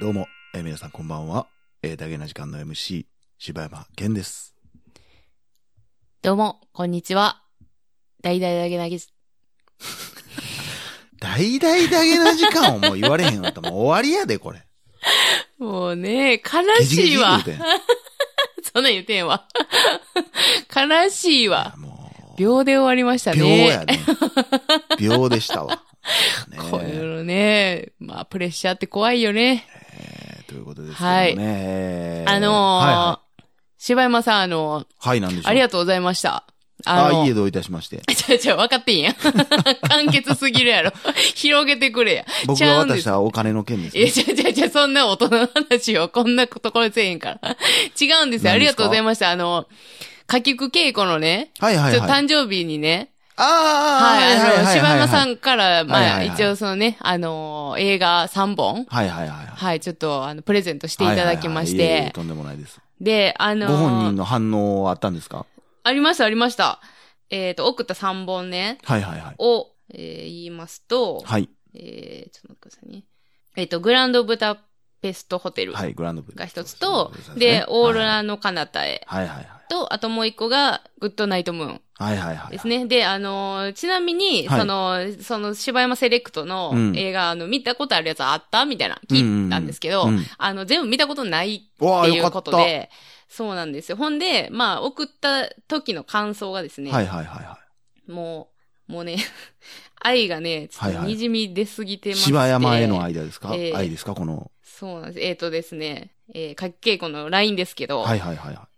どうも、えー皆さんこんばんは。えー、ダゲな時間の MC、柴山健です。どうも、こんにちは。大々だけなぎす。大々ダゲな時間をもう言われへんわったらもう終わりやで、これ。もうね、悲ギジギしジい言わう。てんそんなん言ってんわ。 悲しいわ。もう、秒で終わりましたね。秒やね。秒でした わ。ねこういうのね、まあ、プレッシャーって怖いよね。えーということですけどもね。はいえーあのーは柴山さん、あのーいはい、はい、なんでしょう。ありがとうございました。ああいのいーえ、どういたしまして。 ちゃうちゃう、分かっていいんや。簡潔すぎるやろ。 広げてくれや。僕ちゃがうんで渡すしたお金の件です、いや、ね。ちゃうちゃうちゃう、そんな大人の話をこんなところでせえへんから。 違うんですよ。あ何でりがすかとうございました。あの、かきくけいこのね、はいはいちょっとはい。誕生日にね、あはい、あの、柴山さん。んから、はいまはあ、いはい一応そのね、あの、映画3本、はいはいはいはい。はい、ちょっと、あの、プレゼントしていただきましはいはいはいいえいえて、とんでもないです。で、あごの、本人の反応はあったんですかありました、ありました。えっ、と、送った3本ね、はいはいはい。を、えー言いますと、はい。えーちょっと待ってくださいね。えっ、と、グランドブダペストホテルはい、グランドブが一つと、で、オーロラの彼方へ。はいはいはい。と、あともう一個が、グッドナイトムーンはいはいはい。です。ね。で、あのーちなみに、はいその、その、柴山セレクトのうん映画、あの、見たことあるやつあったみたいな、聞いたんですけど、うん。あの、全部見たことないっわあ、ていようかこっとた。はいで、そうなんですよ。ほんで、まあ、送った時の感想がですね、はいはいはもう、もうね、 愛がね、ちょっとはいはい滲み出すぎてい。まして、芝山への間ですかえー愛ですかこの。そうなんです。えっ、とですね、えー、かっけいこの LINE ですけど、はいはいはいは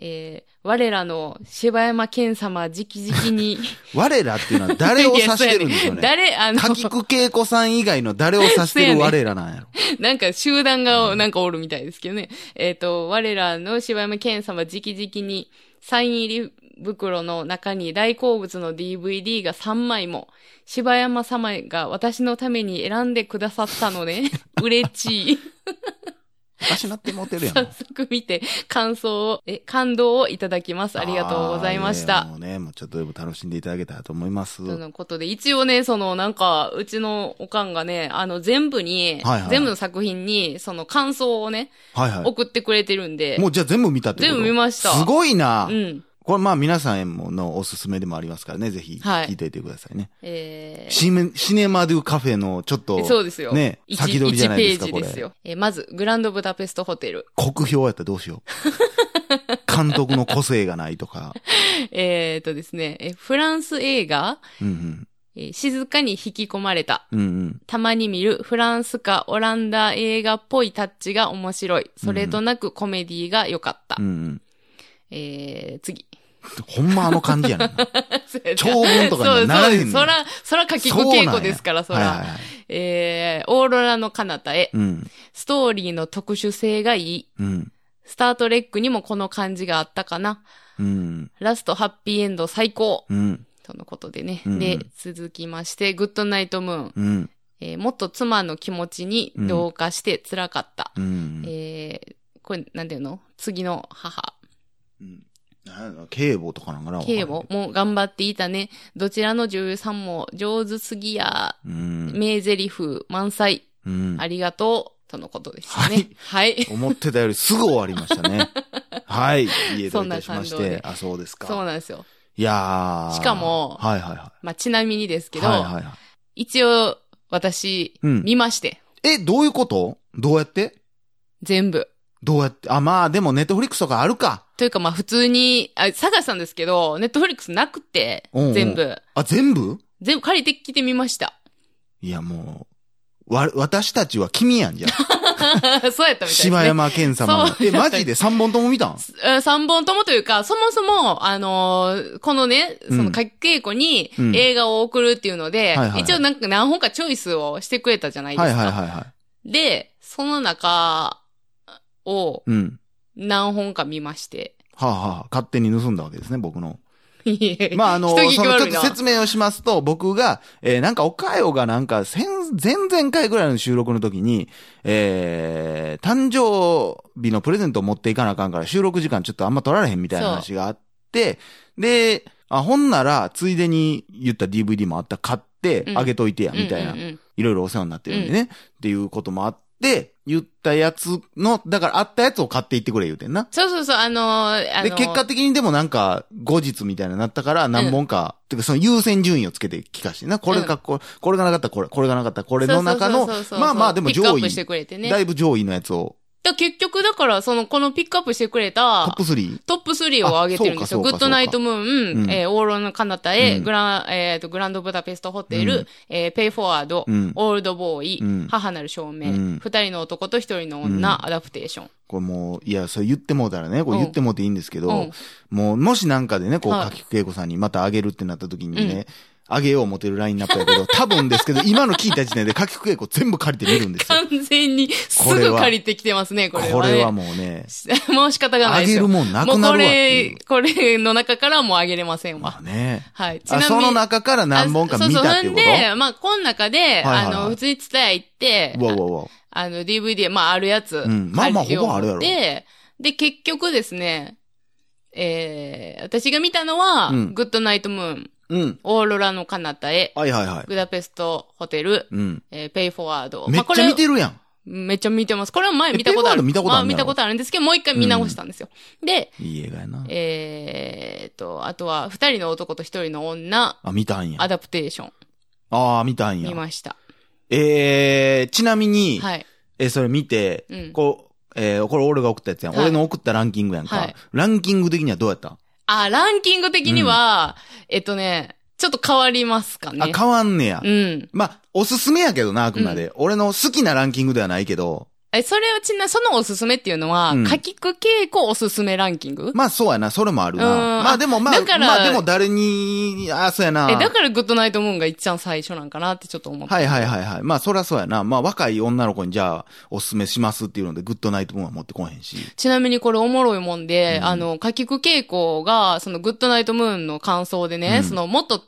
えー我らの柴山健様直々に、い。我らっていうのは 誰を指してるんでしょう ね。誰、あの、滝久恵子さん以外の誰を指してる我らなんやろ。なんか集団うがんなんかおるみたいですけどね。えっ、と、我らの柴山健様直々に、サイン入り袋の中に大好物の DVD が3枚も、柴山様が私のために選んでくださった のね、嬉しい。おかしなってモテるやん。早速見て、感想を、え、感動をいただきます。ありがとうございましあーたい。やもうね、もうちょっとでも楽しんでいただけたらと思います。とのことで、一応ね、その、なんか、うちのおかんがね、あの、全部に、はいはい全部の作品に、その感想をね、はいは送ってくれてるんでい。、もうじゃあ全部見たってこと全部見ましたすごいな。うん。これまあ皆さんへものおすすめでもありますからね、ぜひはい聞いていてくださいね。えーシネシネマドゥカフェのちょっと、そうですよ。ね、一先取りじゃないですか、一こペーれジで。すよ。えーまず、グランドブダペストホテル。国評やったらどうしよ う。監督の個性がないとか。えー、とですね、えーフランス映画、うんえー静かに引き込まれた。うん。うんうん。たまに見るフランスかオランダ映画っぽいタッチが面白い。それとなくコメディが良かった。うんうん。えー、次。ほんまあの感じやねんな。長文とかにならそうへんねそう。んそら、そら書き子稽古です から、そはいはいら。はい。えー、オーロラの彼方へ。うん。ストーリーの特殊性がいい。うん。スタートレックにもこの感じがあったかな。うん。ラストハッピーエンド最高。うん。とのことでね。うんで、続きまして、グッドナイトムーン。うん。えーもっと妻の気持ちに同化して辛かった。うん。えーこれ、なんていうの次の母。うんなんやろな警母とかなんかな慶も、もう頑張っていたね。どちらの女優さんも上手すぎや。うん。名台詞満載。うん。ありがとう。とのことでしたね。はい。思ってたよりすぐ終わりましたね。 はい。家どういたしましそんな感動てで。あ、そうですか。そうなんですよ。いやーしかもはいはいはまあ、ちなみにですい。けど、はいはいはい。一応、私、うん見まして。え、どういうことどうやって全部。どうやってあ、まあでもネットフリックスとかあるか。というか、まあ、普通に、あ、探したんですけど、ネットフリックスなくて、うんうん全部。あ、全部全部借りてきてみました。 いやもう、わ、私たちは君やん じゃん。そうやったみたいです、ね。柴山健様の。そうえ、マジで3本とも見たんえー三本ともというか、そもそも、あのーこのね、そうんの、かっけいこにうん映画を送るっていうので、はいはい一応なんか何本かチョイスをしてくれたじゃないですはか。いはいはいはい。で、その中をうん。何本か見まして。はあ、はあ、勝手に盗んだわけですね、僕の。いえ まあ、あの、人聞きそのちょ悪っいなと説明をしますと、僕が、えーなんか、おかよがなんか、先、前々回ぐらいの収録の時に、えー誕生日のプレゼントを持っていかなあかんから、収録時間ちょっとあんま取られへんみたいな話があって、で、あ、ほんなら、ついでに言った DVD もあった、買っってう、んあげといてや、みたいなうんう。んいろいろお世話になってるんでね。っていうこともあって、言ったやつの、だからあったやつを買っていってくれ言うてんな。そうそうそう、あのーあので、ー結果的にでもなんか、後日みたいなのになったから、何本か、てかその優先順位をつけて聞かしてな。これか、これ、これがなかったらこれ、これがなかったらこれの中のそうそうそうそ、うまあまあでもピック上アッ位プ、してくれてね。だいぶ上位のやつを、だ結局、だから、その、このピックアップしてくれトたッ、プ 3? トップ3を上げてるんですよ。あそうかそグッうかドナイトムーン、うんえーオーロの彼方へ、うんグラン、えーと、グランドブダペストホテル、うんえーペイフォワード、うんオールドボーイ、うん母なる証明、二、うん人の男と一人の女、アダプテーション。これもう、いや、それ言ってもうたらね、これ言ってもうていいんですけど、うんもう、もしなんかでね、こう、はい柿久恵子さんにまたあげるってなった時にね、あ、げよう思ってるラインナップやけ ど、多分ですけど、今の聞いた時点で柿久恵子全部借りてみるんですよ。完全に、すこれぐは借りてきてますね、 これは、ね。これはもうね、 もう仕方がなあいですげよ。るもんなくなるわっていう。もうこれ、これの中からもうあげれませんまわあ。ね。はい。ちあ、なみに。その中から何本か見たっていうこあそうそう、ほんで、まあ、この中で、はいはいはいあの、普通に伝え行って、とわわわ。あの、DVD、まあ、あるやつ。うんまあまあ借りよほぼあるやろで、で、結局ですね、えー、私が見たのは、うんグッドナイトムーン、うん。オーロラの彼方へ、はいはいはい。グダペストホテル、うん。えーペイフォワード。めっちゃ見てるるやん。めっちゃ見てます。これは前見たことある。えペイフォワード見たことあるんまやろ見たことあるんですけど、もう一回見直したんですよ。で、いい映画やな。えー、と、あとは、二人の男と一人の女、あ、見たんや。アダプテーション、ああ、見たん見や。ました。えー、ちなみに、はい。えー、それ見て、うん。こう、えー、これ俺が送ったやつやん。はい俺の送ったランキングやんはかい。ランキング的にはどうやったあ、ランキング的には、えっとね、ちょっと変わりますかあね、。変わんねやう。ん。まあ、おすすめやけどな、あくまで。俺の好きなランキングではないけど、え、それをちな、そのおすすめっていうのは、うんかきくけいこおすすめランキング、まあそうやな、それもあるな。うんまあでもまあ、だからまあでも誰に、ああ、そうやな。え、だからグッドナイトムーンが一番最初なんかなってちょっと思った。はいはいはいはい。まあそりゃそうやな。まあ若い女の子にじゃあおすすめしますっていうのでグッドナイトムーンは持ってこへんし。ちなみにこれおもろいもんで、うんあの、かきくけいこが、そのグッドナイトムーンの感想でね、うんその元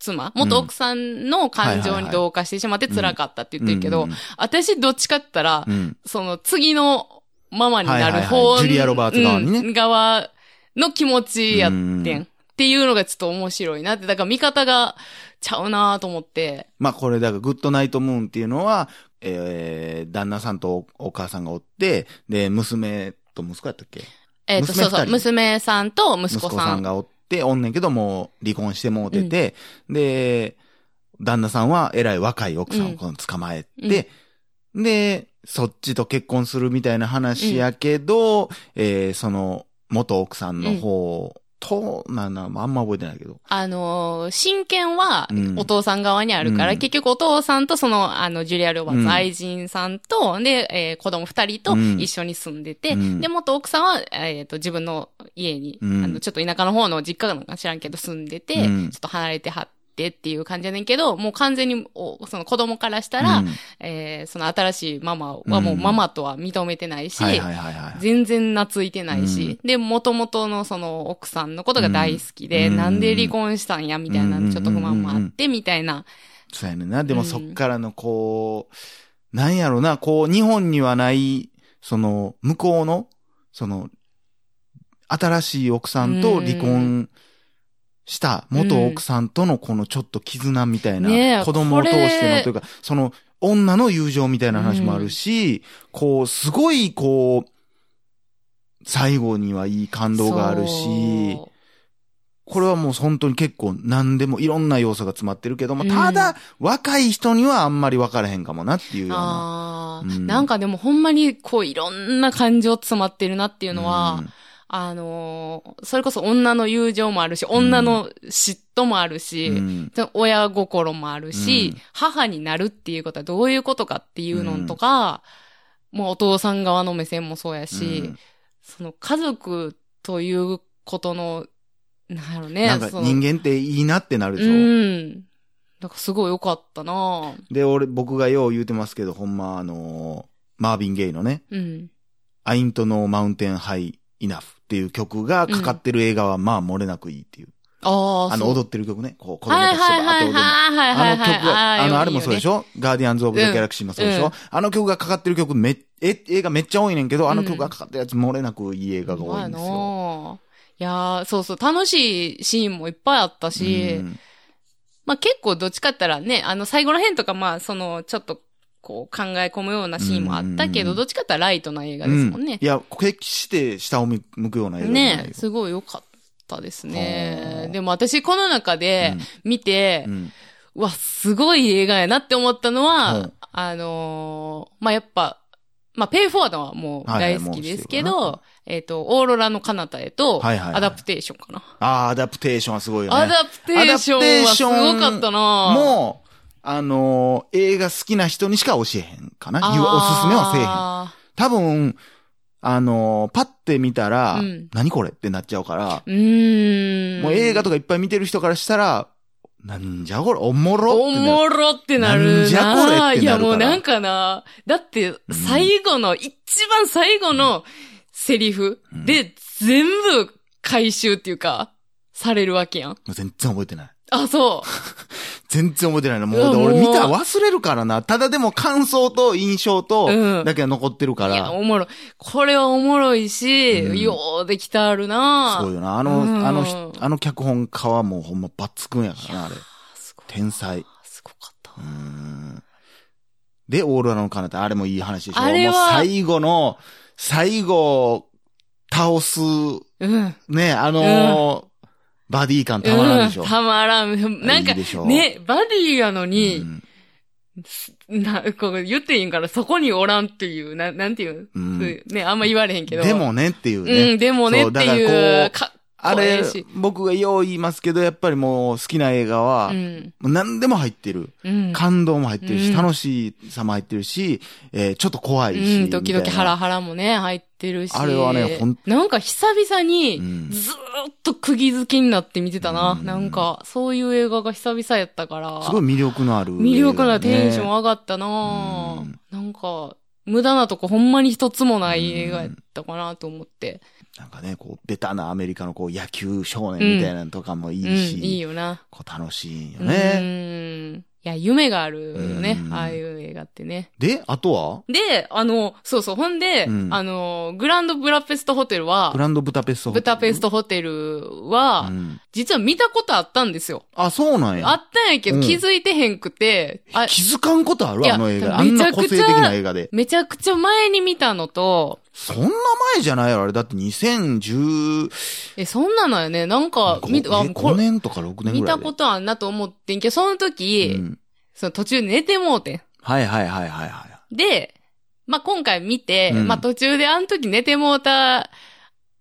妻、元奥さんの感情に同化してしまって辛かったって言ってるけど、うん私どっちかって言ったら、うん。その次のママになるはいはい方、はいジュリアロバーツ側にねうん側の気持ちやってうんん。っていうのがちょっと面白いなって。だから見方がちゃうなと思って。まあこれだからグッドナイトムーンっていうのは、えー、旦那さんとお母さんがおって、で、娘と息子やったっけえっ、と、娘そう二人そう。娘さんと息子さん。がおって、おんねんけどもう離婚してもうてて、で、旦那さんは偉い若い奥さんをこの捕まえて、で、そっちと結婚するみたいな話やけど、えーその、元奥さんの方と、なんなん、あんま覚えてないけど。あのー親権はうんお父さん側にあるから、うん結局お父さんとその、あの、ジュリア・ロバーうツん愛人さんと、で、えー子供二人とうん一緒に住んでて、うんで、元奥さんは、えっ、と、自分の家に、うんあの、ちょっと田舎の方の実家なのか知らんけど住んでて、うんちょっと離れてはってっていう感じやねんけど、もう完全にお、その子供からしたら、うんえーその新しいママはもうママとは認めてないし、はいはいはいはい。全然懐いてないし、で、元々のその奥さんのことが大好きで、うんなんで離婚したんや、みたいな、うんちょっと不満もあって、みたいな。そうやねんな。でもうんそっからのこう、なんやろな、こう、日本にはない、その、向こうの、その、新しい奥さんと離婚した元奥さんとのこのちょっと絆みたいねな、え子供をこ通れしてのというか、その、女の友情みたいな話もあるし、こう、すごい、こう、最後にはいい感動があるし、そうこれはもう本当に結構何でもいろんな要素が詰まってるけども、うんただ若い人にはあんまり分からへんかもなっていうような。ああ、うんなんかでもほんまにこういろんな感情詰まってるなっていうのは、うんあのーそれこそ女の友情もあるし、女の嫉妬もあるし、うんで親心もあるし、うん母になるっていうことはどういうことかっていうのとか、もうお父さん側の目線もそうやし、うんその家族ということの、なんやろね、なんかその人間っていいなってなるでしょ、うん。なんかすごい良かったなぁで、俺、僕がよう言うてますけど、ほんまあのーマービン・ゲイのね、うん。アイントのマウンテン・ハイ・イナフっていう曲がかかってる映画はまあ漏れなくいいっていう。ああ、あのそう踊ってる曲ね、こう子供はたいちとバはーいっはてい踊る。はいはあいはいのはい。曲は、あの、あれもそうでしょょガーディアンズ・オブ・ザ・ギャラクシーもそうでしうょんあの曲がかかってる曲め、え、映画めっちゃ多いねんけど、あのう曲んがかかったやつ漏れなくいい映画が多いんですよ。いやー、そうそう、楽しいシーンもいっぱいあったし、うんまあ結構どっちかって言ったらね、あの最後ら辺とかまあそのちょっとこう考え込むようなシーンもあったけうんうんうど、んどっちかって言ったらライトな映画ですもんうんね。いや、決して下を向くような映画じゃないよねすごい良かったですはあね。でも私この中で見て、うんうわ、すごい映画やなって思ったのは、うんあのーまあ、やっぱ、まあ、ペイフォワードはもうはいはい大好きですけもう知ってるど、えっ、と、オーロラの彼方へと、はいはいはいアダプテーションかな。ああ、アダプテーションはすごいよね。アダプテーションはすごかったなもう、あのー映画好きな人にしか教えへんかな。言うおすすめはせえへん。多分、あのーパッて見たら、うん何これってなっちゃうから、せえへん。うーん。もう映画とかいっぱい見てる人からしたら、なんじゃこれ、おもろおもろってなるななんじゃこれってなるからいや、もうなんかなだって、最後の、一番最後のセリフうんで、全部回収っていうか、されるわけやん。もう全然覚えてない。あ、そう。全然覚えてないな。もう、うわもう俺見たら忘れるからな。ただでも感想と印象うと、んだけが残ってるかいらや、。おもろい。これはおもろいし、うんようできたあるなそうよな。あの、うんあの人、あの脚本家はもうほんま抜群やからな、あれ。あすごい天才。すごかったう。んで、オーロラの彼方、あれもいい話でしょ。あれはもう最後の、最後、倒す、うん。ね、あのーバディ感たまらんでしょ。うんたまらん。なんいかいでしょ、ね、バディやのうに、んな、こう言っていいんから、そこにおらんっていう、な、なんていう、うんそういうね、あんま言われへんけど。で、もねっていうね。うん、でもねそっうてだからこういう、かあこれうええし、僕がよう言いますけど、やっぱりもう好きな映画は、うもん。う何でも入ってる。うん。感動も入ってるし、うん楽しさも入ってるし、えーちょっと怖いうし。ん、時み々たいなハラハラもね、入ってるし。あれはねほんなんか久々うに、んずーっと釘付けになって見てたな。うんなんか、そういう映画が久々やったから。すごい魅力のある、魅力なテンションあ上がったな、うんなんか、無駄なとこほんまに一つもない映画やったかなと思って。なんかね、こう、ベタなアメリカのこう、野球少年みたいなのとかもいうん、いし、いいよな。こう楽しいようね。ん。いや、夢があるよねう。んああいう映画ってね。で、あとはで、あの、そうそう、ほんで、うんあの、グランドブダペストホテルはグ、ランドブタペストホテブル。ダペストホテルは、うん実は見たことあったんですよ。あ、そうなんあや。ったんやけうど、ん気づいてへんくて、あ、 気づかんことあいるやあの映画。あんめちなゃくちゃ個性的な映画で。めちゃくちゃ前に見たのと、そんな前じゃないやろあれ。だって2015え、そんなのよね、なんか、見あえこ5年とか6年見ぐらいで。たことあんなと思ってんけど、その時、うんその途中で寝てもうてはいはいはいはいはい。ん。で、まあ、今回見て、うんまあ、途中であの時寝てもうた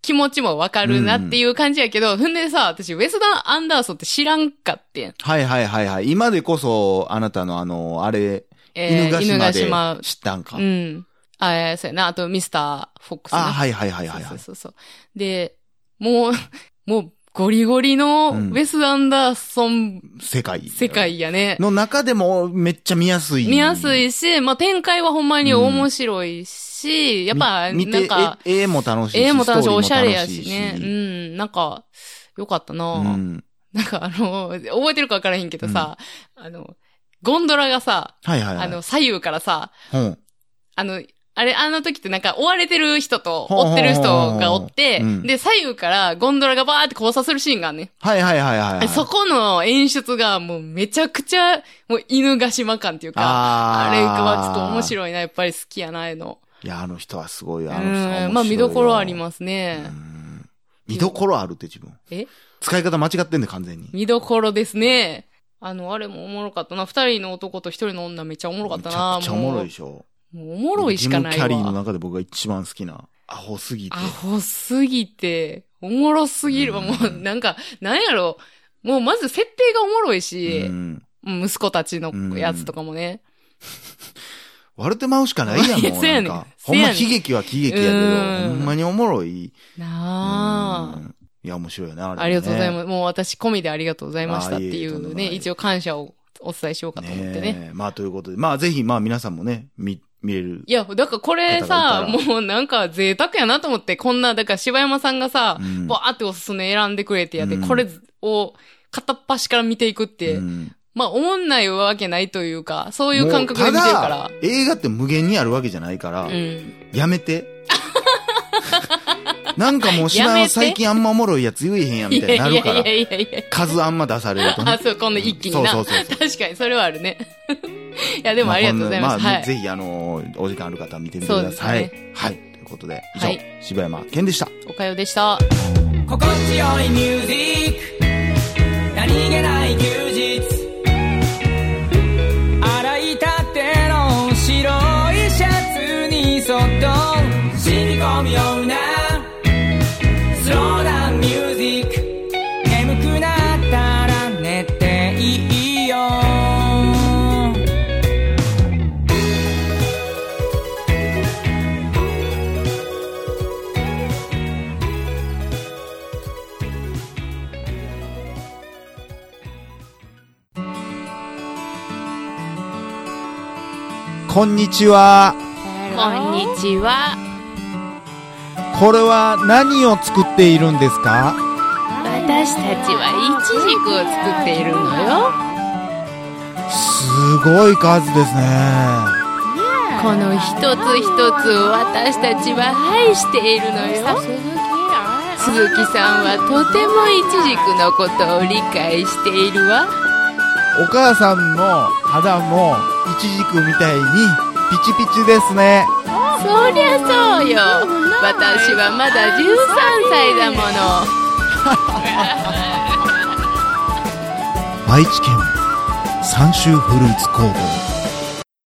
気持ちもわかるなっていう感じやけど、ふんでさ、私、ウェスダン・アンダーソンって知らんかってん。はいはいはいはい。今でこそ、あなたのあの、あれ、えー犬ヶ犬島ヶで知ったんか。うん。あ、えーそうやな。あと、ミスター・フォックス、ね。あ、はいはいはいはいそはうい。そうそうそう。で、もう、 もう、ゴリゴリの、うウんェス・アンダーソン世界。世界やね。の中でもめっちゃ見やすい。見やす。いし、まあ、展開はほんまに面白いし、やっぱ、み見なんてか、、絵絵も楽しいし。絵も楽しストーリい、ーおしゃれやしね。楽うしん、なんか、よかったな、いうん。なんかあの、 覚えてるかわからへんけどさ、あの、ゴンドラがさ、はいはいはい。あの、左右からさ、うん、あの、あれ、あの時ってなんか追われてる人とほうほうほう追ってる人がおってうん、で、左右からゴンドラがバーって交差するシーンがあんねん。はいはいはいはいはい。そこの演出がもうめちゃくちゃ、もう犬ヶ島感っていうか、あーあれはちょっと面白いな、やっぱり好きやな、ああいうの。い。いや、あの人はすごい。うあの人は面白いん。よまあ見どころありますうね。ん見どころあるって自分。え使い方間違ってんで、完全に。見どころですね。あの、あれもおもろかったな。二人の男と一人の女めっちゃおもろかったな。めちゃくちゃおもろいでしょ。もう。もうおもろいしかなジいム・キャリわーの。中で僕が一番好きな、アホすぎてア。ホすぎて、おもろすぎるわ。うんもう、なんか、なんやろ。もうまず設定がおもろいしう、んうん息子たちのやつとかもね。割れてまうしかないやん、もう なせやんねんか。ほせんやまねん悲劇は悲劇やけど、うんほんまにおもろい。なあ。うんいや、面白いよね、あれ、ね。ありがとうございます。もう私込みでありがとうございましたっていあいえいえとんでうもなね、い一応感謝をお伝えしようかと思ってね。えまあ、ということで、まあ、ぜひ、まあ、皆さんもね、見、見れる。いや、だからこれさ、方がいもうなんか贅沢やなと思って、こんな、だから柴山さんがさう、んバーっておすすめ選んでくれてやって、うんこれを片っ端から見ていくって、うんまあ、思んないわけないというか、そういう感覚で見てるかもうら。ただ映画って無限にあるわけじゃないから、 うん。やめて。なんかもう知やらめん、て最近あんまおもろいやつ言えへんやんみたいになるかいやらい、やいやいやいや。数あんま出されるとね。あ、そう、この一気にな。そうそうそうそう確かに、それはあるね。 いや、でもありがとうございます。まあ、はい。ぜひ、あのーお時間ある方は見てみてください。そうではい。ということで、以上、はい柴山健でした。おかよでした。心地よいミュージック何気ない休日洗いたての白いシャツにそっと染み込むようなスローダウンミュージック眠くなったら寝ていいよこんにちは。こんにちは。これは何を作っているんですか私たちはイチジクを作っているのよ。すごい数ですね。この一つ一つを私たちは愛しているのよ。鈴木さんはとてもイチジクのことを理解しているわ。お母さんの肌も、イチジクみたいに、ピチピチですね。そりゃそうよ。私はまだ13歳だもの。愛知県、三州フルーツ工房。